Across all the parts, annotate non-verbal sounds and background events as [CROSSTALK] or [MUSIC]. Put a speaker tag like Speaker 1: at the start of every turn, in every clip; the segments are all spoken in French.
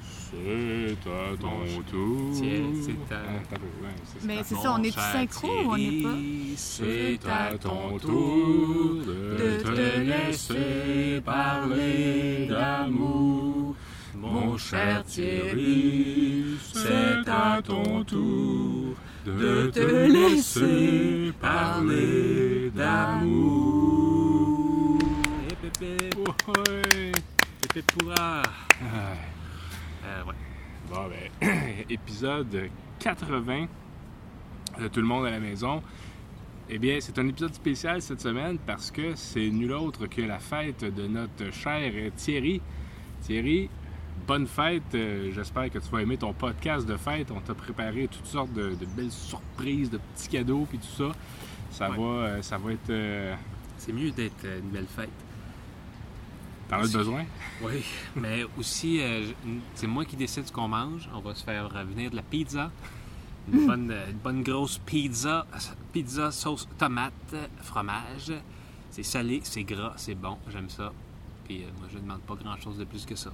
Speaker 1: C'est à ton tour.
Speaker 2: Tiens, c'est à-
Speaker 1: Ah, t'as peu, ouais, c'est ça.
Speaker 3: Mais c'est
Speaker 2: Mon
Speaker 3: ça, on est-tu
Speaker 2: cher
Speaker 3: synchro ou on n'est pas?
Speaker 2: Thierry,
Speaker 1: C'est à ton tour de te laisser parler d'amour. Mon cher Thierry, c'est à ton tour de te laisser parler d'amour.
Speaker 2: Hip, hip, hip. Hip, hip,
Speaker 1: Ah,
Speaker 2: hurrah. Euh, ouais.
Speaker 1: Bon, ben, [CLEARS THROAT] épisode 80 de Tout le monde à la maison. Eh bien, c'est un épisode spécial cette semaine parce que c'est nul autre que la fête de notre cher Thierry. Thierry, bonne fête. Euh, J'espère que tu vas aimer ton podcast de fête. On t'a préparé toutes sortes de, de belles surprises, de petits cadeaux, puis tout ça. Ça,
Speaker 2: Ouais.
Speaker 1: va, euh, ça va être euh,
Speaker 2: C'est mieux d'être euh, une belle fête.
Speaker 1: dans le
Speaker 2: Merci.
Speaker 1: besoin.
Speaker 2: Oui, mais aussi, euh, je- c'est moi qui décide ce qu'on mange. On va se faire venir de la pizza. Une bonne, euh, une bonne grosse pizza. euh, Pizza sauce tomate, euh, fromage. C'est salé, c'est gras, c'est bon. J'aime ça. Puis euh, moi, je ne demande pas grand-chose de plus que ça.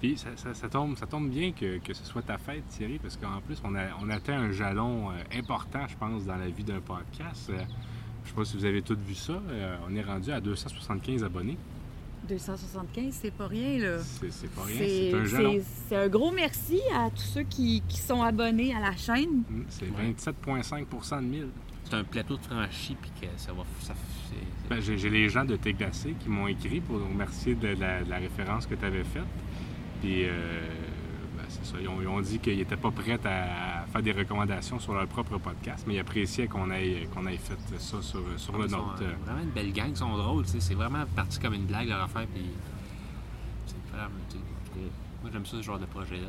Speaker 1: Puis ça, ça- ça tombe, ça tombe bien que, que ce soit ta fête, Thierry, parce qu'en plus, on, a- on atteint un jalon euh, important, je pense, dans la vie d'un podcast. Euh, je sais pas si vous avez tous vu ça. euh, on est rendu à 275 abonnés.
Speaker 3: 275, c'est pas rien, là.
Speaker 1: C'est c'est pas rien, c'est un
Speaker 3: Euh, C'est
Speaker 1: jalon.
Speaker 3: c'est- c'est un gros merci à tous ceux qui, qui sont abonnés à la chaîne.
Speaker 1: Mm, C'est
Speaker 2: Ouais.
Speaker 1: 27,5 de 1000.
Speaker 2: C'est un plateau de franchi, puis que ça va. Ça, c'est- c'est-
Speaker 1: Ben, J'ai j'ai les gens de Thé Glacé qui m'ont écrit pour nous remercier de la, de la référence que tu avais faite. Puis, euh, ben, c'est ça. Ils ont, ils ont dit qu'ils n'étaient pas prêts à, à faire des recommandations sur leur propre podcast, mais ils appréciaient qu'on ait, qu'on ait fait ça sur, sur le
Speaker 2: Ils sont,
Speaker 1: nôtre.
Speaker 2: euh, vraiment une belle gang, ils sont drôles, tu sais, c'est vraiment parti comme une blague leur affaire, puis c'est vraiment, tu sais, moi j'aime ça ce genre de projet-là.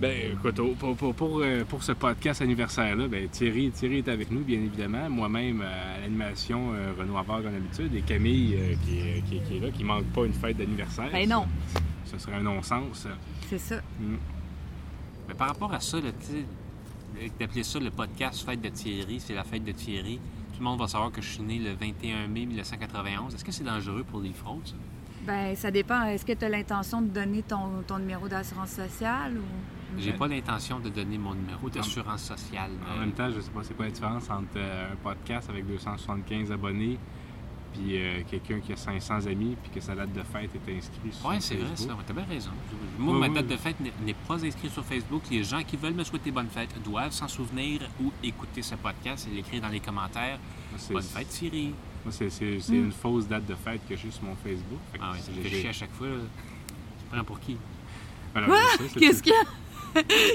Speaker 1: Ben, écoute, au- pour, pour, pour, euh, pour ce podcast anniversaire-là, ben, Thierry, Thierry est avec nous, bien évidemment. Moi-même, euh, à l'animation, euh, Renaud Havard, comme d'habitude, et Camille, euh, qui, est- qui est- qui est là, qui manque pas une fête d'anniversaire.
Speaker 3: Ben non,
Speaker 1: Ce serait un non-sens.
Speaker 3: c'est ça.
Speaker 2: Mais par rapport à ça, là, tu sais, le- d'appeler ça le podcast Fête de Thierry, c'est la fête de Thierry. Tout le monde va savoir que je suis né le 21 mai 1991. Est-ce que c'est dangereux pour les fraudes, ça?
Speaker 1: Mm-hmm.
Speaker 3: Ben, ça dépend. Est-ce que tu as l'intention de donner ton, ton numéro d'assurance sociale ou.
Speaker 2: J'ai pas l'intention de donner mon numéro d'assurance sociale. euh,
Speaker 1: En
Speaker 2: mais-
Speaker 1: même temps, je sais pas c'est quoi la différence entre euh, un podcast avec 275 abonnés puis euh, quelqu'un qui a 500 amis puis que sa date de fête est inscrite sur
Speaker 2: Oui, c'est vrai, ça.
Speaker 1: Facebook.
Speaker 2: Ouais, T'as bien raison. Moi,
Speaker 1: Ouais,
Speaker 2: ma
Speaker 1: ouais.
Speaker 2: date de fête n'est- n'est pas inscrite sur Facebook. Les gens qui veulent me souhaiter bonne fête doivent s'en souvenir ou écouter ce podcast et l'écrire dans les commentaires.
Speaker 1: Moi, c'est-
Speaker 2: Bonne fête, Thierry.
Speaker 1: Moi, c'est c'est- c'est
Speaker 3: Mm.
Speaker 1: une fausse date de fête que j'ai sur mon Facebook. Fait que
Speaker 2: Ah ouais, ça me
Speaker 1: j'ai-
Speaker 2: fait
Speaker 1: j'ai-
Speaker 2: chier à chaque fois. là. Tu prends pour qui?
Speaker 1: Voilà,
Speaker 3: Quoi?
Speaker 1: c'est ça, c'est-
Speaker 3: Ah! Qu'est-ce [LAUGHS] qu'il y a?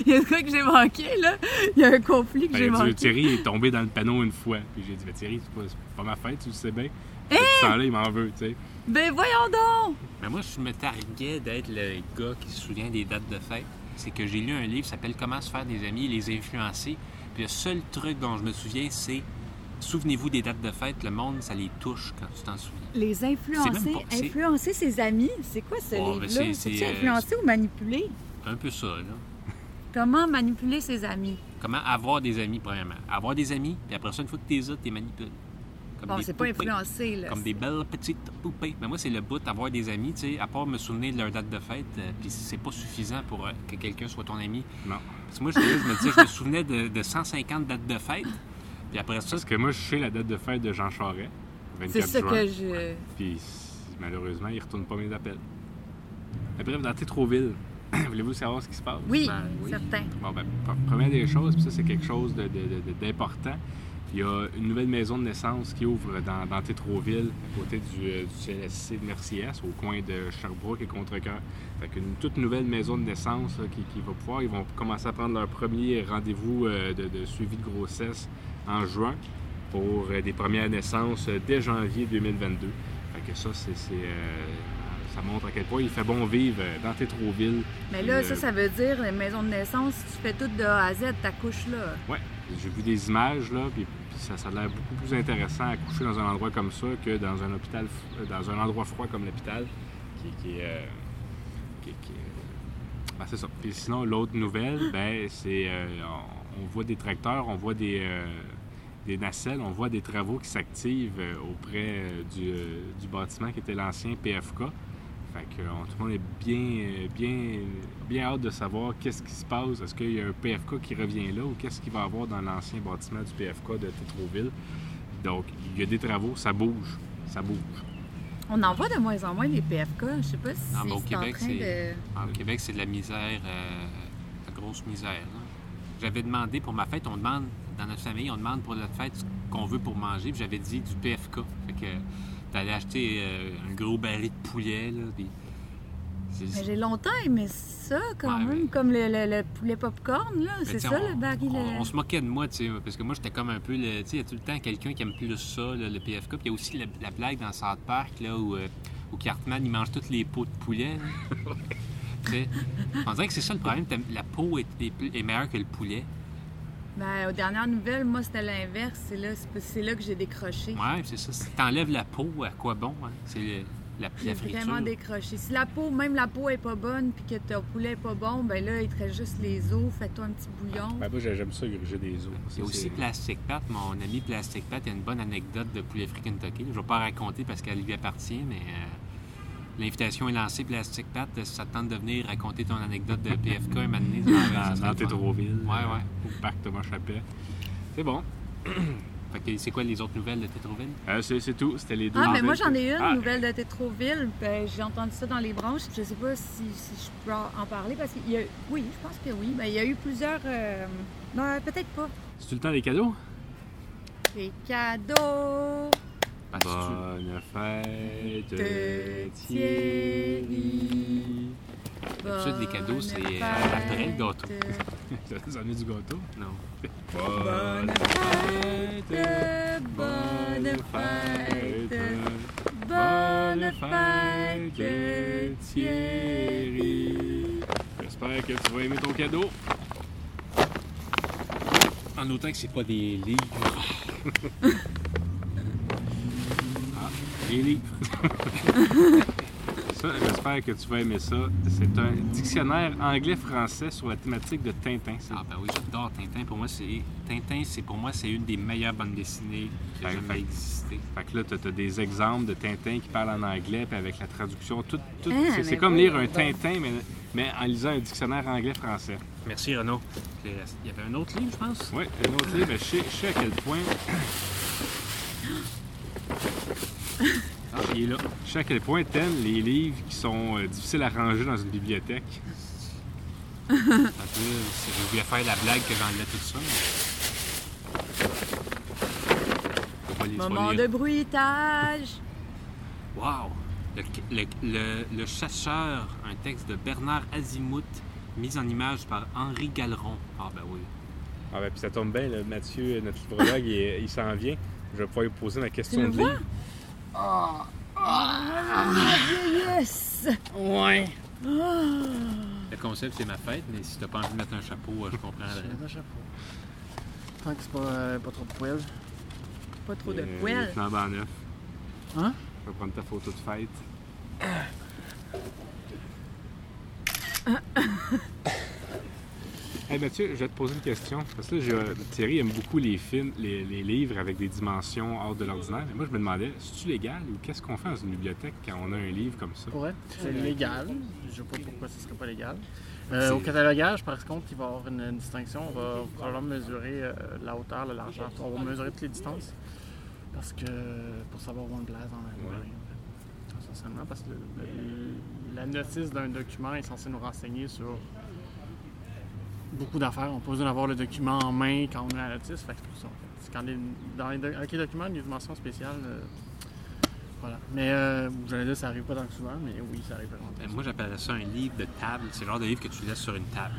Speaker 3: Il y a de quoi que j'ai manqué, là? Il y a un conflit que
Speaker 1: Ben,
Speaker 3: j'ai
Speaker 1: il a dit,
Speaker 3: manqué.
Speaker 1: Thierry est tombé dans le panneau une fois. Puis j'ai dit, Ben, Thierry, c'est pas, c'est pas ma fête, tu le sais bien.
Speaker 3: Hein?
Speaker 1: Puis Depuis ce temps-là, il m'en veut, tu sais.
Speaker 3: Ben, voyons donc!
Speaker 2: Mais moi, je me targuais d'être le gars qui se souvient des dates de fête. C'est que j'ai lu un livre qui s'appelle Comment se faire des amis et les influencer. Puis le seul truc dont je me souviens, c'est souvenez-vous des dates de fête. Le monde, ça les touche quand tu t'en souviens.
Speaker 3: Les influencer,
Speaker 2: pas- c'est-
Speaker 3: influencer ses amis, c'est quoi ce
Speaker 2: Oh, ben, c'est-
Speaker 3: livre-là?
Speaker 2: c'est,
Speaker 3: C'est-tu
Speaker 2: euh,
Speaker 3: influencer ou manipuler?
Speaker 2: Un peu ça, là.
Speaker 3: Comment manipuler ses amis?
Speaker 2: Comment avoir des amis, premièrement. Avoir des amis, puis après ça, une fois que t'es les as, t'es manipulé. Comme
Speaker 3: Bon,
Speaker 2: des
Speaker 3: c'est pas
Speaker 2: poupées.
Speaker 3: influencer, là.
Speaker 2: Comme des
Speaker 3: C'est-
Speaker 2: belles petites poupées. Mais moi, c'est le bout d'avoir des amis, tu sais, à part me souvenir de leur date de fête, euh, puis c'est pas suffisant pour euh, que quelqu'un soit ton ami.
Speaker 1: Non.
Speaker 2: Parce que moi, je, je me disais, je me souvenais de, de 150 dates de fête, puis après ça,
Speaker 1: Parce que moi, je sais la date de fête de Jean Charest, 24
Speaker 3: C'est ça
Speaker 1: juin.
Speaker 3: que je.
Speaker 1: Puis malheureusement, il retourne pas mes appels. Mais bref, dans Tétroville, [CLEARS THROAT] voulez-vous savoir ce qui se passe?
Speaker 3: Oui,
Speaker 2: Ben oui.
Speaker 3: certain.
Speaker 1: Bon, ben, pre- première des choses, puis ça, c'est quelque chose de- de- de- de- d'important. Il y a une nouvelle maison de naissance qui ouvre dans, dans Tétroville, à côté du, euh, du CLSC de Merciès, au coin de Sherbrooke et Contrecoeur. Fait qu'une toute nouvelle maison de naissance là, qui, qui va pouvoir, ils vont commencer à prendre leur premier rendez-vous euh, de, de suivi de grossesse en juin pour euh, des premières naissances euh, dès janvier 2022. Fait que ça, c'est, c'est, euh, ça montre à quel point il fait bon vivre euh, dans Tétroville.
Speaker 3: Mais là,
Speaker 1: Puis, euh,
Speaker 3: ça, ça veut dire les maisons de naissance, tu fais tout de A à Z, ta couche là.
Speaker 1: Ouais, j'ai vu des images là, puis puis ça, ça a l'air beaucoup plus intéressant à coucher dans un endroit comme ça que dans un hôpital, f- euh, dans un endroit froid comme l'hôpital, qui, qui est, euh, qui- qui est- ben, c'est ça. Puis sinon, l'autre nouvelle, ben c'est, euh, on, on voit des tracteurs, on voit des, euh, des nacelles, on voit des travaux qui s'activent euh, auprès euh, du, euh, du bâtiment qui était l'ancien PFK. Fait que euh, tout le monde est bien, euh, bien, bien hâte de savoir qu'est-ce qui se passe. Est-ce qu'il y a un PFK qui revient là ou qu'est-ce qu'il va y avoir dans l'ancien bâtiment du PFK de Tétroville? Donc, il y a des travaux, ça bouge. Ça bouge.
Speaker 3: On en voit de moins en moins les PFK. Je sais pas si
Speaker 2: Non, mais au
Speaker 3: c'est
Speaker 2: Québec,
Speaker 3: en train
Speaker 2: c'est-
Speaker 3: de...
Speaker 2: Ah, au Québec, c'est de la misère, euh, de la grosse misère. là. J'avais demandé pour ma fête, on demande, dans notre famille, on demande pour notre fête ce qu'on veut pour manger, puis j'avais dit du PFK. Fait que euh, d'aller acheter euh, un gros baril de poulet, là, puis c'est-
Speaker 3: Mais J'ai longtemps aimé ça quand
Speaker 2: Ouais,
Speaker 3: même,
Speaker 2: mais-
Speaker 3: comme le, le- le poulet popcorn, là.
Speaker 2: Mais
Speaker 3: C'est
Speaker 2: t'sais,
Speaker 3: ça
Speaker 2: on-
Speaker 3: le baril.
Speaker 2: On,
Speaker 3: euh,
Speaker 2: on se moquait de moi, tu sais, parce que moi, j'étais comme un peu le. Tu sais, il y a tout le temps quelqu'un qui aime plus ça, là, le PFK. Puis il y a aussi la, la blague dans South Park, là, où, euh, où Cartman, il mange toutes les peaux de poulet.
Speaker 3: [LAUGHS]
Speaker 2: là. Tu sais, on dirait que c'est ça le problème. t'aimes- La peau est, est plus- est meilleure que le poulet.
Speaker 3: Ben, aux dernières nouvelles, moi, c'était l'inverse. C'est là, c'est- c'est là que j'ai décroché.
Speaker 2: Ouais, c'est ça. Si t'enlèves la peau, à quoi bon? hein? C'est le- la,
Speaker 3: J'ai
Speaker 2: la friture.
Speaker 3: vraiment décroché. Si la peau, même la peau est pas bonne, puis que ton poulet est pas bon, ben là, il te reste juste les os. Fais-toi un petit bouillon.
Speaker 1: Ben, moi, j'aime ça gruger des os.
Speaker 2: Il y a aussi Plastic Pat. Mon ami Plastic Pat, il y a une bonne anecdote de poulet frit Kentucky. Je ne vais pas raconter parce qu'elle lui appartient, mais euh, l'invitation est lancée. Plastic Pat, si ça te tente de venir raconter ton anecdote de PFK un matin,
Speaker 1: dans, dans Tétroville. euh,
Speaker 2: Ouais, ouais.
Speaker 1: Au parc Thomas Chappet. C'est bon.
Speaker 2: Fait que c'est quoi les autres nouvelles de Tétroville?
Speaker 1: Euh, c'est c'est tout. C'était les deux.
Speaker 3: Ah, mais
Speaker 1: nouvelles
Speaker 3: moi,
Speaker 1: que-
Speaker 3: j'en ai une,
Speaker 1: Ah,
Speaker 3: nouvelle de Tétroville. Ben, j'ai entendu ça dans les branches. Je sais pas si, si je peux en parler, parce qu'il y a... Oui, je pense que oui. Ben, il y a eu plusieurs... euh, Non, peut-être pas.
Speaker 1: C'est tout le temps des cadeaux?
Speaker 3: Les cadeaux!
Speaker 2: Parce que tu-
Speaker 1: Bonne
Speaker 3: De
Speaker 1: fête,
Speaker 3: Thierry.
Speaker 1: Thierry.
Speaker 2: D'habitude, les cadeaux,
Speaker 3: Bonne
Speaker 2: c'est, euh,
Speaker 3: fête.
Speaker 2: après le gâteau.
Speaker 1: [LAUGHS] Ça en est du gâteau.
Speaker 2: Non.
Speaker 3: Bonne fête, bonne fête, bonne fête, Thierry.
Speaker 1: J'espère que tu vas aimer ton cadeau.
Speaker 2: En autant que c'est pas des livres.
Speaker 1: Les livres. [LAUGHS] Ça, j'espère que tu vas aimer ça. C'est un dictionnaire anglais-français sur la thématique de Tintin. C'est
Speaker 2: Ah ben oui, j'adore Tintin. Pour moi, c'est. Tintin, c'est pour moi, c'est une des meilleures bandes dessinées qui a
Speaker 1: Ben,
Speaker 2: jamais
Speaker 1: fait-
Speaker 2: existé.
Speaker 1: Fait que là, t'as t'as des exemples de Tintin qui parlent en anglais, puis avec la traduction, tout. tout-
Speaker 3: Ah,
Speaker 1: c'est- c'est
Speaker 3: mais
Speaker 1: comme
Speaker 3: oui,
Speaker 1: lire un
Speaker 3: donc.
Speaker 1: Tintin, mais, mais en lisant un dictionnaire anglais-français.
Speaker 2: Merci Renaud. Il y avait un autre livre, je pense.
Speaker 1: Oui, un autre livre, mais je sais, je sais à quel point. Ah, il est là. Je sais à quel point t'aimes les livres qui sont euh, difficiles à ranger dans une bibliothèque.
Speaker 2: Un peu, si je voulais faire la blague que j'enlevais tout ça. Mais... Faut pas les- faut
Speaker 3: Moment
Speaker 2: les-
Speaker 3: de bruitage.
Speaker 2: Wow! Le, le- le- le chasseur, un texte de Bernard Azimuth, mis en image par Henri Galeron. Ah ben oui.
Speaker 1: Ah, ben, puis ça tombe bien, là, Mathieu, euh, notre livrologue, il, il s'en vient. Je vais pouvoir lui poser ma question
Speaker 3: le
Speaker 1: de
Speaker 3: vois?
Speaker 1: livre.
Speaker 3: Yes!
Speaker 2: Ouais! Le concept, c'est ma fête, mais si t'as pas envie de mettre un chapeau, euh, je comprendrais.
Speaker 4: Tant que c'est pas, euh, pas trop de poils.
Speaker 3: Pas trop de
Speaker 1: Euh,
Speaker 3: poêle.
Speaker 1: flambant neuf.
Speaker 4: Hein?
Speaker 1: Je vais prendre ta photo de
Speaker 3: [COUGHS]
Speaker 1: fête. hey Mathieu, je vais te poser une question. Parce que là, j'ai- Thierry aime beaucoup les films, les, les livres avec des dimensions hors de l'ordinaire. Mais moi, je me demandais, c'est-tu légal ou qu'est-ce qu'on fait dans une bibliothèque quand on a un livre comme ça?
Speaker 4: Pour être, c'est légal. Je vois pas pourquoi ce serait pas légal.
Speaker 2: C'est-
Speaker 4: Euh, au catalogage, par contre, il va y avoir une, une distinction. On va probablement mesurer euh, la hauteur, la largeur. On va mesurer toutes les distances. Parce que pour savoir où on le place dans la librairie, en fait. Essentiellement, parce que le- le- la notice d'un document est censée nous renseigner sur beaucoup d'affaires. On peut besoin d'avoir le document en main quand on a la notice. Fait que c'est pour ça, en fait. C'est quand les- dans les doc- avec les documents, les dimensions spéciales. euh, voilà. Mais euh, j'allais dire, ça arrive pas tant que souvent, mais oui, ça arrive pas tant que
Speaker 2: Euh, Moi, j'appellerais ça un livre de table. C'est le genre de livre que tu laisses sur une table.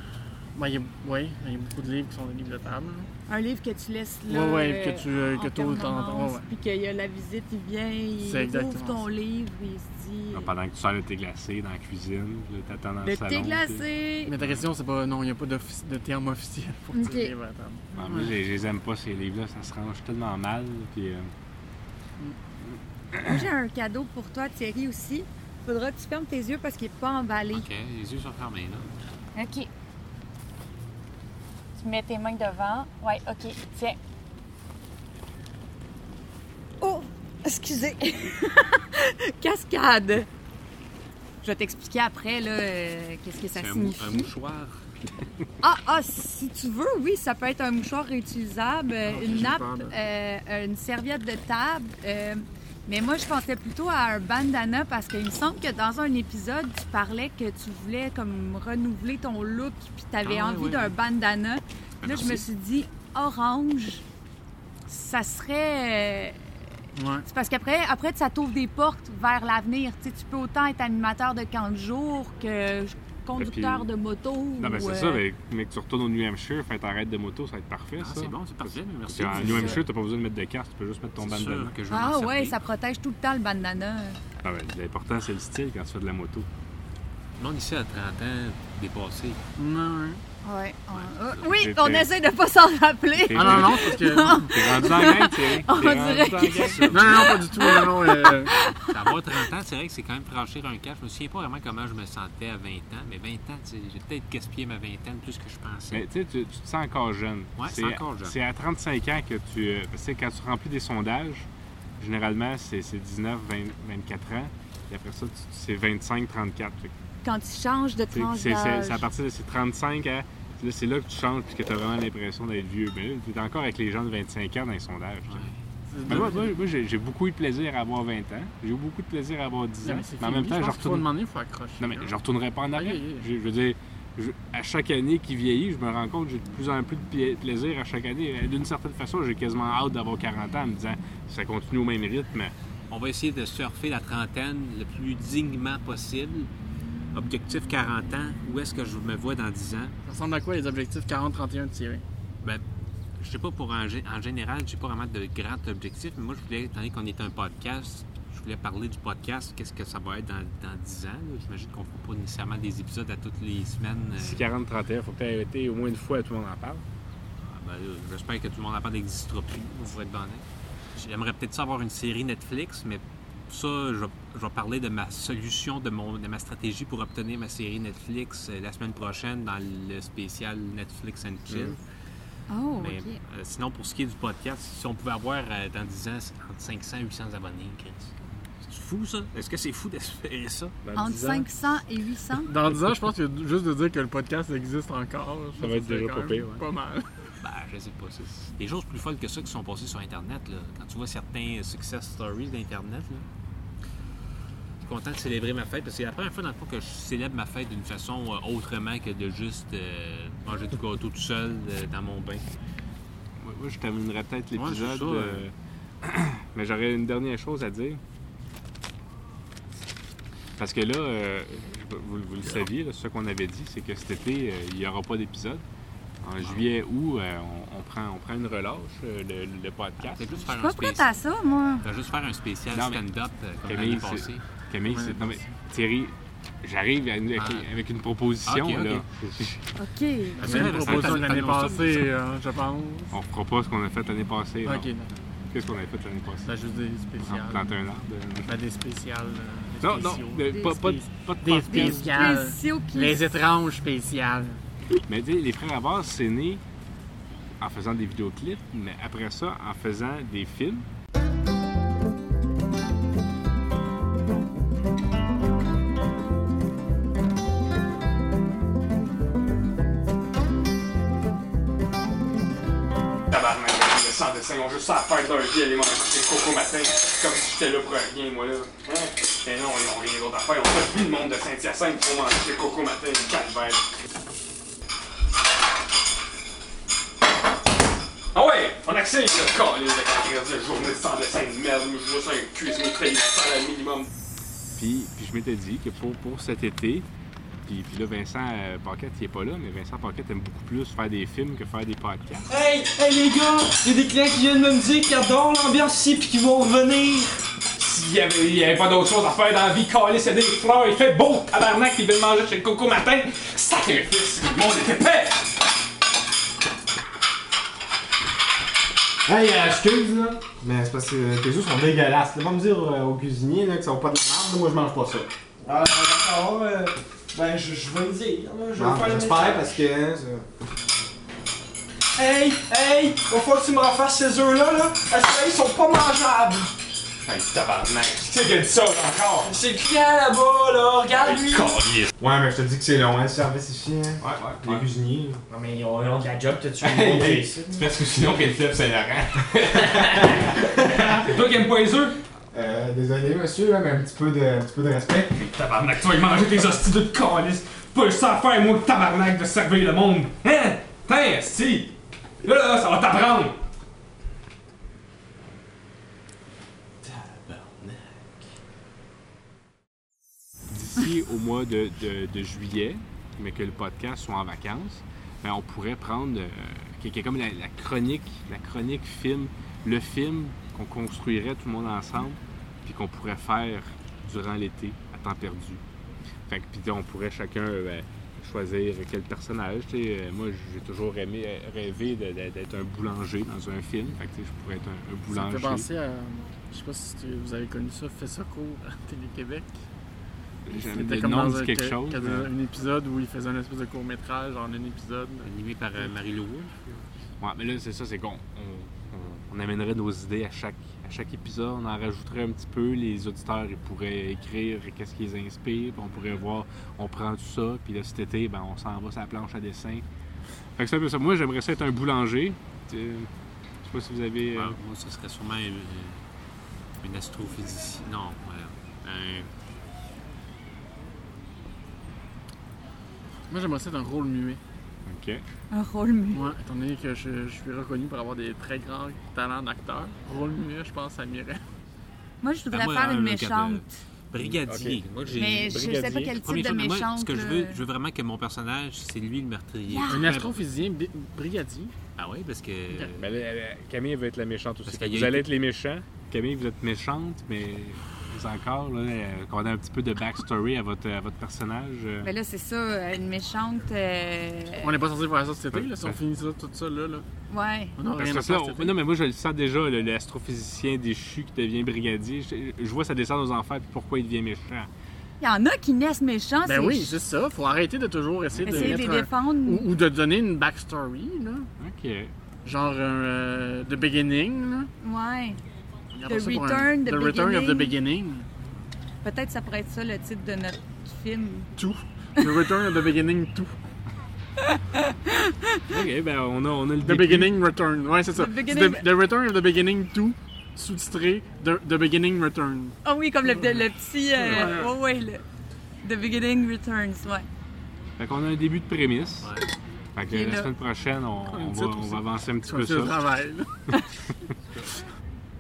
Speaker 4: Ben, il y a- oui, il y a beaucoup de livres qui sont des livres de table.
Speaker 3: Un livre que tu laisses là.
Speaker 4: Ouais, ouais,
Speaker 3: euh,
Speaker 4: que tu- euh,
Speaker 3: en
Speaker 4: que t'ouvres ton-
Speaker 3: permanence,
Speaker 4: ouais.
Speaker 3: Puis qu'il y a la visite, il vient, il
Speaker 4: C'est
Speaker 3: ouvre
Speaker 4: exactement
Speaker 3: ton
Speaker 4: ça.
Speaker 3: livre, il se dit.
Speaker 2: Ah,
Speaker 3: euh,
Speaker 1: Là, pendant que tu sors le thé glacé dans la cuisine, puis là, t'attends dans le,
Speaker 3: Le
Speaker 1: salon.
Speaker 3: thé
Speaker 1: puis-
Speaker 3: glacé!
Speaker 4: Mais ta question, c'est pas. Non, il n'y a pas d'offici- de terme officiel pour dire
Speaker 3: Ok.
Speaker 4: livre à table.
Speaker 1: Ah, moi, je les- je les aime pas, ces livres-là. Ça se range tellement mal. Puis, euh,
Speaker 3: Moi, j'ai un cadeau pour toi, Thierry, aussi. Faudra que tu fermes tes yeux parce qu'il n'est pas emballé.
Speaker 2: OK, les yeux sont fermés, là.
Speaker 3: OK. Tu mets tes mains devant. Ouais, OK. Tiens. [LAUGHS] Oh! Excusez! Cascade! Je vais t'expliquer après là, euh, qu'est-ce que ça
Speaker 2: C'est un, mou-
Speaker 3: signifie.
Speaker 2: un mouchoir.
Speaker 3: Ah, ah, si tu veux, oui, ça peut être un mouchoir réutilisable, euh,
Speaker 4: Ah, ok,
Speaker 3: une
Speaker 4: j'ai
Speaker 3: nappe,
Speaker 4: peur, là.
Speaker 3: euh, une serviette de table. euh, mais moi, je pensais plutôt à un bandana parce qu'il me semble que dans un épisode, tu parlais que tu voulais comme renouveler ton look puis tu avais
Speaker 2: Ah, ouais,
Speaker 3: envie
Speaker 2: ouais,
Speaker 3: d'un
Speaker 2: ouais.
Speaker 3: bandana. Là, je me
Speaker 2: merci.
Speaker 3: suis dit, orange, ça serait. euh,
Speaker 4: Ouais.
Speaker 3: c'est parce qu'après, après, ça t'ouvre des portes vers l'avenir. Tu sais, tu peux autant être animateur de camp de jour que conducteur
Speaker 1: puis-
Speaker 3: de moto.
Speaker 1: Non, ben
Speaker 3: ou,
Speaker 1: c'est
Speaker 3: euh,
Speaker 1: ça, mais, mais que tu retournes au New Hampshire, fait t'arrêtes de moto, ça va être parfait,
Speaker 2: Ah,
Speaker 1: ça.
Speaker 2: c'est bon, c'est parfait, mais merci.
Speaker 1: Puis en
Speaker 2: C'est
Speaker 1: New
Speaker 2: sûr-
Speaker 1: Hampshire, t'as pas besoin de mettre de carte, tu peux juste mettre ton
Speaker 2: c'est
Speaker 1: bandana.
Speaker 2: sûr que je vais
Speaker 3: Ah
Speaker 2: m'en
Speaker 3: ouais,
Speaker 2: servir.
Speaker 3: ça protège tout le temps le bandana.
Speaker 1: Ah, ben, L'important, c'est le style quand tu fais de la moto.
Speaker 2: Non, ici à 30 ans, dépassé.
Speaker 4: Non, ouais.
Speaker 3: Ouais.
Speaker 2: ah,
Speaker 3: euh, oui,
Speaker 1: t'es-
Speaker 3: on
Speaker 1: t'es-
Speaker 3: essaie de pas s'en rappeler. [LAUGHS]
Speaker 1: T'es
Speaker 4: Ah non, non, parce que. Non,
Speaker 1: T'es rendu en gang, Thierry.
Speaker 2: [LAUGHS]
Speaker 3: On
Speaker 1: T'es
Speaker 3: dirait
Speaker 1: rendu en gang.
Speaker 4: non, non, pas du tout. Non, non, euh,
Speaker 2: D'avoir 30 ans, c'est vrai que c'est quand même franchir un cap. Je me souviens pas vraiment comment je me sentais à 20 ans, mais 20 ans, tu sais, j'ai peut-être gaspillé ma vingtaine plus que je pensais.
Speaker 1: Mais tu sais, tu tu te sens encore jeune.
Speaker 2: Ouais, c'est encore jeune.
Speaker 1: C'est à 35 ans que tu. euh, Tu sais, quand tu remplis des sondages, généralement, c'est c'est 19, 20, 24 ans. Et après ça, tu- tu- c'est 25, 34. Fait que,
Speaker 3: Quand tu changes de
Speaker 1: tu sais,
Speaker 3: tranche
Speaker 1: c'est- c'est c'est à
Speaker 3: d'âge.
Speaker 1: partir de ces 35 à. là, C'est là que tu changes et que tu as vraiment l'impression d'être vieux. Mais là, tu es encore avec les gens de 25 ans dans les sondages. tu sais.
Speaker 2: Ouais.
Speaker 4: c'est-
Speaker 1: Mais moi, moi, moi, j'ai j'ai beaucoup eu de plaisir à avoir 20 ans. J'ai eu beaucoup de plaisir à avoir 10 ans.
Speaker 4: Non, mais c'est
Speaker 1: en même
Speaker 4: fini,
Speaker 1: temps,
Speaker 4: je
Speaker 1: je
Speaker 4: pense qu'il faut
Speaker 1: retourne.
Speaker 4: demander, il faut accrocher. hein.
Speaker 1: Non, mais je retournerai pas en arrière.
Speaker 4: Aïe, aïe, aïe.
Speaker 1: Je, je veux dire, je- à chaque année qui vieillit, je me rends compte que j'ai de plus en plus de pla- plaisir à chaque année. Et D'une certaine façon, j'ai quasiment hâte d'avoir 40 ans en me disant ça continue au même rythme.
Speaker 2: On va essayer de surfer la trentaine le plus dignement possible. Objectif 40 ans, où est-ce que je me vois dans 10 ans?
Speaker 4: Ça ressemble à quoi les objectifs 40-31 de Thierry?
Speaker 2: Ben, je sais pas pour en, gé- en général, j'ai pas vraiment de grands objectifs, mais moi je voulais, étant donné qu'on est un podcast, je voulais parler du podcast, qu'est-ce que ça va être dans, dans 10 ans. là. J'imagine qu'on fera pas nécessairement des épisodes à toutes les semaines. euh,
Speaker 1: Si 40-31, il faut que tu aies été au moins une fois, tout le monde en parle.
Speaker 2: Ah, ben là, J'espère que tout le monde n'a pas d'existera plus, vous être bien honnête. J'aimerais peut-être ça avoir une série Netflix, mais ça, je, je vais parler de ma solution, de, mon, de ma stratégie pour obtenir ma série Netflix euh, la semaine prochaine dans le spécial Netflix and Chill.
Speaker 3: Oh,
Speaker 2: Mais,
Speaker 3: ok.
Speaker 2: euh, sinon, pour ce qui est du podcast, si on pouvait avoir euh, dans 10 ans entre 500 et 800 abonnés, Chris. C'est fou ça? Est-ce que c'est fou d'espérer ça?
Speaker 1: Dans
Speaker 3: Entre
Speaker 1: 10 ans,
Speaker 3: 500 et 800.
Speaker 4: Dans 10 ans, je pense que juste de dire que le podcast existe encore, je pense
Speaker 1: va être
Speaker 4: que c'est
Speaker 1: déjà
Speaker 4: quand
Speaker 1: pas
Speaker 4: même
Speaker 1: pire, ouais.
Speaker 4: Pas mal.
Speaker 2: Ben, je sais pas. c'est- Des choses plus folles que ça qui sont passées sur Internet, là. Quand tu vois certains euh, success stories d'Internet, là. Je suis content de célébrer ma fête parce que c'est la première fois dans le fond que je célèbre ma fête d'une façon euh, autrement que de juste euh, manger du gâteau tout seul euh, dans mon bain.
Speaker 1: moi, moi, je terminerai peut-être
Speaker 2: Ouais, c'est
Speaker 1: l'épisode.
Speaker 2: ça,
Speaker 1: euh, [CLEARS THROAT] Mais j'aurais une dernière chose à dire. Parce que là, euh, je sais pas, vous, vous le saviez, là, ce qu'on avait dit, c'est que cet été, euh, il n'y aura pas d'épisode. En juillet, août, euh, on, on prend, on prend une relâche, euh, le, le podcast.
Speaker 2: C'est juste
Speaker 3: Je suis
Speaker 2: faire un
Speaker 3: pas prête
Speaker 2: spécial.
Speaker 3: à ça, moi.
Speaker 2: T'as juste faire un spécial
Speaker 1: Non, mais-
Speaker 2: stand-up euh, comme
Speaker 1: Camille,
Speaker 2: l'année
Speaker 1: c'est-
Speaker 2: passée.
Speaker 1: Camille,
Speaker 4: Ouais,
Speaker 1: c'est- non, mais Thierry, j'arrive à- avec,
Speaker 2: Ah.
Speaker 1: avec une proposition.
Speaker 2: Ah, ok, ok.
Speaker 1: là.
Speaker 3: OK.
Speaker 4: La
Speaker 2: Ouais,
Speaker 4: même
Speaker 2: parce que
Speaker 4: proposition
Speaker 2: t'as-
Speaker 4: de l'année
Speaker 2: t'as annoncé
Speaker 4: passée, euh, je pense.
Speaker 1: [LAUGHS] On fera pas ce qu'on a fait l'année passée. non.
Speaker 4: Ok,
Speaker 1: Qu'est-ce qu'on avait fait l'année passée?
Speaker 4: là, juste des
Speaker 1: On
Speaker 4: spéciales.
Speaker 1: plantait un arbre. euh,
Speaker 4: Ben, des spéciales. euh, des
Speaker 1: Non, non,
Speaker 4: spéciaux.
Speaker 1: mais pas, pas, de- pas de
Speaker 4: Des
Speaker 1: podcast.
Speaker 4: spéciales.
Speaker 3: spéciaux qui-
Speaker 4: Les étranges spéciales.
Speaker 1: Mais tu sais, les frères Abbas, c'est né en faisant des vidéoclips, mais après ça, en faisant des films. Tabarnak, sans dessin, on juste ça à faire d'un vie, aller manger des cocos matin, comme si j'étais là pour rien, moi là. Hein? Mais non, ils n'ont rien d'autre à faire, on fait plus le monde de Saint-Hyacinthe pour manger des cocos matin, calvaire. Ah ouais, on accélère le corps, les de journée sans dessin de merde, je vois ça un cuisine très à minimum. Puis, puis je m'étais dit que pour, pour cet été, puis, puis là, Vincent euh, Paquette, il est pas là, mais Vincent Paquette aime beaucoup plus faire des films que faire des podcasts.
Speaker 5: Hey, hey les gars, il y a des clients qui viennent de me dire qu'ils adorent l'ambiance ici pis qu'ils vont revenir.
Speaker 1: S'il y avait, il y avait pas d'autre chose à faire dans la vie, caler, c'est des fleurs, il fait beau, tabarnak, il veut manger chez le coco matin, sacrifice, le monde est épais!
Speaker 6: Hey, euh, excuse là, mais c'est parce que euh, tes œufs sont dégueulasses. Là, va me dire euh, au cuisinier là, que ça va pas de la merde, moi je mange pas ça.
Speaker 5: Ah, d'accord, euh, ben je, je vais le dire, là, je vais
Speaker 6: Non,
Speaker 5: faire le
Speaker 6: Ah, J'espère
Speaker 5: ménage.
Speaker 6: parce que. hein, ça-
Speaker 5: Hey, hey, va falloir que tu me refasses ces œufs-là, là, parce qu'ils sont pas mangeables.
Speaker 1: Hey, tabarnak! Qui c'est qui a dit ça là, encore?
Speaker 5: C'est le client là-bas, là, regarde lui!
Speaker 1: Calice.
Speaker 6: Ouais, mais je te dis que c'est long, hein, le service ici, hein.
Speaker 1: Ouais,
Speaker 6: Les
Speaker 1: ouais.
Speaker 6: cuisiniers, là.
Speaker 5: Non, mais ils ont, ils ont de la job,
Speaker 6: [LAUGHS]
Speaker 5: t'as-tu
Speaker 6: Hey, hey.
Speaker 1: C'est parce que sinon, qu'elle fleuve Saint-Laurent.
Speaker 5: Toi qui aimes pas les œufs?
Speaker 6: Euh, désolé, monsieur, là, mais un petit peu de, un petit peu de respect.
Speaker 5: Tabarnak, tu vas y manger tes hosties de calice! Pas le sang faire, moi, le tabarnak, de servir le monde! Hein? Tiens, si! Là, là, ça va t'apprendre!
Speaker 1: D'ici au mois de, de- de juillet, mais que le podcast soit en vacances, ben, on pourrait prendre euh, qui, qui est comme la, la chronique, la chronique film, le film qu'on construirait tout le monde ensemble, puis qu'on pourrait faire durant l'été à temps perdu. Fait que puis on pourrait chacun euh, ben, choisir quel personnage. Tu sais, euh, moi, j'ai toujours aimé euh, rêver de- de- d'être un boulanger dans un film. Fait que tu sais, je pourrais être un, un
Speaker 4: Ça me fait
Speaker 1: boulanger.
Speaker 4: penser à. Je sais pas si tu- vous avez connu ça, Fais ça court à Télé-Québec.
Speaker 1: J'aime
Speaker 4: C'était
Speaker 1: le
Speaker 4: comme
Speaker 1: nom
Speaker 4: dans
Speaker 1: dit
Speaker 4: un,
Speaker 1: quelque
Speaker 4: que-
Speaker 1: chose. hein?
Speaker 4: que-
Speaker 1: mais-
Speaker 4: un épisode où il faisait un espèce de court-métrage en un épisode.
Speaker 2: Animé par euh, Marie-Lou Wolfe.
Speaker 1: Ouais, mais là, c'est ça, c'est qu'on on- on, on amènerait nos idées à chaque, à chaque épisode, on en rajouterait un petit peu, les auditeurs ils pourraient écrire qu'est-ce qui les inspire, puis on pourrait voir, on prend tout ça, puis là, cet été, ben, on s'en va sur la planche à dessin. Fait que c'est un peu ça. Moi, j'aimerais ça être un boulanger. Euh, Je sais pas si vous avez... euh,
Speaker 2: Ouais, moi, ce serait sûrement un, un astrophysicien. Non, voilà. Un...
Speaker 4: Moi, j'aimerais ça être un rôle muet.
Speaker 1: OK.
Speaker 3: Un rôle muet.
Speaker 4: Moi, étant donné que je, je suis reconnu pour avoir des très grands talents d'acteur, rôle muet, je pense à Mireille.
Speaker 3: Moi, je voudrais
Speaker 2: Ben, moi,
Speaker 3: faire
Speaker 2: hein,
Speaker 3: une
Speaker 2: le gars de-
Speaker 3: méchante.
Speaker 2: Brigadier. Moi, j'ai.
Speaker 3: Mais je sais pas
Speaker 6: brigadier.
Speaker 3: quel
Speaker 2: Premier
Speaker 3: type de
Speaker 2: film, moi,
Speaker 3: méchante. euh,
Speaker 2: ce que je
Speaker 3: là.
Speaker 2: veux, je veux vraiment que mon personnage, c'est lui le meurtrier.
Speaker 3: Yeah.
Speaker 4: Un astrophysicien bi- brigadier.
Speaker 2: Ah oui, parce que.
Speaker 1: Ben là, euh, Camille va être la méchante aussi.
Speaker 2: Parce qu'il y a
Speaker 1: Vous
Speaker 2: eu-
Speaker 1: allez être les méchants. Camille, vous êtes méchante, mais mais encore, là, euh, qu'on ait un petit peu de backstory à votre, à votre personnage. euh,
Speaker 3: Ben là, c'est ça, une méchante. euh,
Speaker 4: On n'est pas censé faire ça cet été, là, si on finit ça, tout ça, là. là.
Speaker 3: Ouais.
Speaker 4: On n'a
Speaker 1: Parce
Speaker 4: rien
Speaker 1: que
Speaker 4: à
Speaker 1: ça,
Speaker 4: faire cet
Speaker 1: non,
Speaker 4: été.
Speaker 1: mais moi, je le sens déjà, le- l'astrophysicien déchu qui devient brigadier. Je, je vois ça descendre aux enfers, puis pourquoi il devient méchant.
Speaker 3: Il y en a qui naissent méchants.
Speaker 4: Ben
Speaker 3: c'est-
Speaker 4: oui, c'est ça. Faut arrêter de toujours essayer de
Speaker 3: Essayer de les
Speaker 4: mettre un-
Speaker 3: défendre.
Speaker 4: ou, ou de donner une backstory, là.
Speaker 1: OK.
Speaker 4: Genre euh, The Beginning, là.
Speaker 3: Ouais.
Speaker 4: On regarde
Speaker 3: The
Speaker 4: ça pour
Speaker 3: Return, The
Speaker 4: The Return of the
Speaker 3: Beginning.
Speaker 4: Beginning.
Speaker 3: Peut-être ça pourrait être ça le titre de notre film.
Speaker 4: Tout. The Return of the Beginning,
Speaker 1: [LAUGHS]
Speaker 4: tout.
Speaker 1: OK, ben, on a, on a le
Speaker 4: The
Speaker 1: début.
Speaker 4: Beginning Return. Ouais, c'est ça.
Speaker 3: The
Speaker 4: C'est
Speaker 3: Beginning-
Speaker 4: the, The Return of the Beginning, tout. Sous-titré The, The Beginning Return.
Speaker 3: Ah oui, comme le, le petit. euh, ouais, ouais. le- The Beginning Returns, ouais.
Speaker 1: Fait qu'on a un début de prémisse.
Speaker 2: Ouais.
Speaker 1: Fait que
Speaker 3: Puis
Speaker 1: la
Speaker 3: là-
Speaker 1: semaine prochaine, on,
Speaker 4: Comme
Speaker 1: on
Speaker 4: titre
Speaker 1: va, on
Speaker 4: aussi.
Speaker 1: va avancer un petit
Speaker 4: Comme
Speaker 1: peu
Speaker 4: ça, le
Speaker 1: ça.
Speaker 4: travail, là.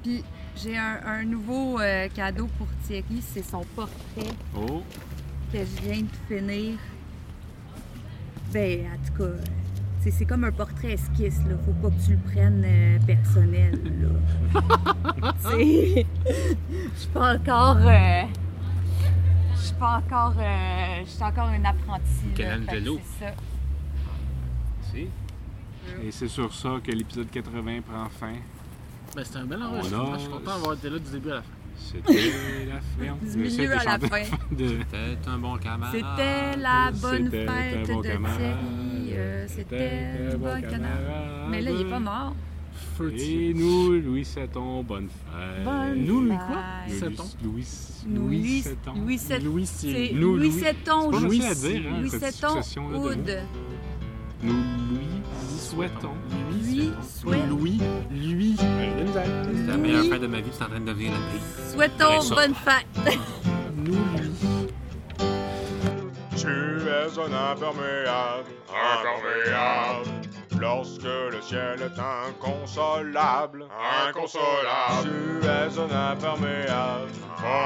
Speaker 3: Puis j'ai un, un nouveau euh, cadeau pour Thierry, c'est son portrait
Speaker 1: Oh,
Speaker 3: que je viens de finir. Ben, en tout cas, euh, c'est- c'est comme un portrait esquisse, là. Faut pas que tu le prennes euh, personnel, là. Tu sais, je suis pas encore. euh, Je suis pas encore. euh, Je suis encore un apprenti. là. Fait que
Speaker 2: Michelangelo.
Speaker 3: C'est ça.
Speaker 2: Si.
Speaker 1: et c'est sur ça que l'épisode 80 prend fin.
Speaker 4: Ben, c'était un bel enregistrement. Je suis content d'avoir été là du début à la fin.
Speaker 1: C'était
Speaker 3: [LAUGHS]
Speaker 1: la Euh, ferme.
Speaker 3: Du milieu à la fin.
Speaker 1: [LAUGHS] De...
Speaker 2: T'es un bon camarade.
Speaker 3: C'était la bonne
Speaker 1: Ah, C'était un
Speaker 3: fête
Speaker 1: bon
Speaker 3: de euh,
Speaker 1: camarade.
Speaker 3: Thierry. euh, C'était un bon canard. Mais là, il est pas mort.
Speaker 1: Et nous, Louis Saton, bonne fête.
Speaker 4: Nous, lui,
Speaker 3: fête.
Speaker 4: quoi?
Speaker 1: Nous,
Speaker 4: Seton.
Speaker 1: Louis,
Speaker 3: Nous,
Speaker 1: Louis,
Speaker 3: Louis,
Speaker 1: Seton.
Speaker 3: Louis Seton.
Speaker 4: Louis
Speaker 3: C'est
Speaker 4: Cyril.
Speaker 1: Nous,
Speaker 3: Louis
Speaker 1: Louis.
Speaker 3: Seton,
Speaker 1: C'est pas
Speaker 3: Louis
Speaker 1: facile à dire, hein,
Speaker 3: Louis
Speaker 1: cette
Speaker 3: Seton,
Speaker 1: succession-là de mots.
Speaker 3: Wood.
Speaker 1: Nous lui souhaitons.
Speaker 3: Lui, souhaitons.
Speaker 4: Louis. Louis.
Speaker 2: C'est la meilleure fête de ma vie, c'est en train de devenir la pire.
Speaker 3: Souhaitons
Speaker 2: Vincent.
Speaker 3: bonne fête.
Speaker 4: Nous, lui.
Speaker 7: Tu es un imperméable, imperméable. Lorsque le ciel est inconsolable, inconsolable. Tu es un imperméable,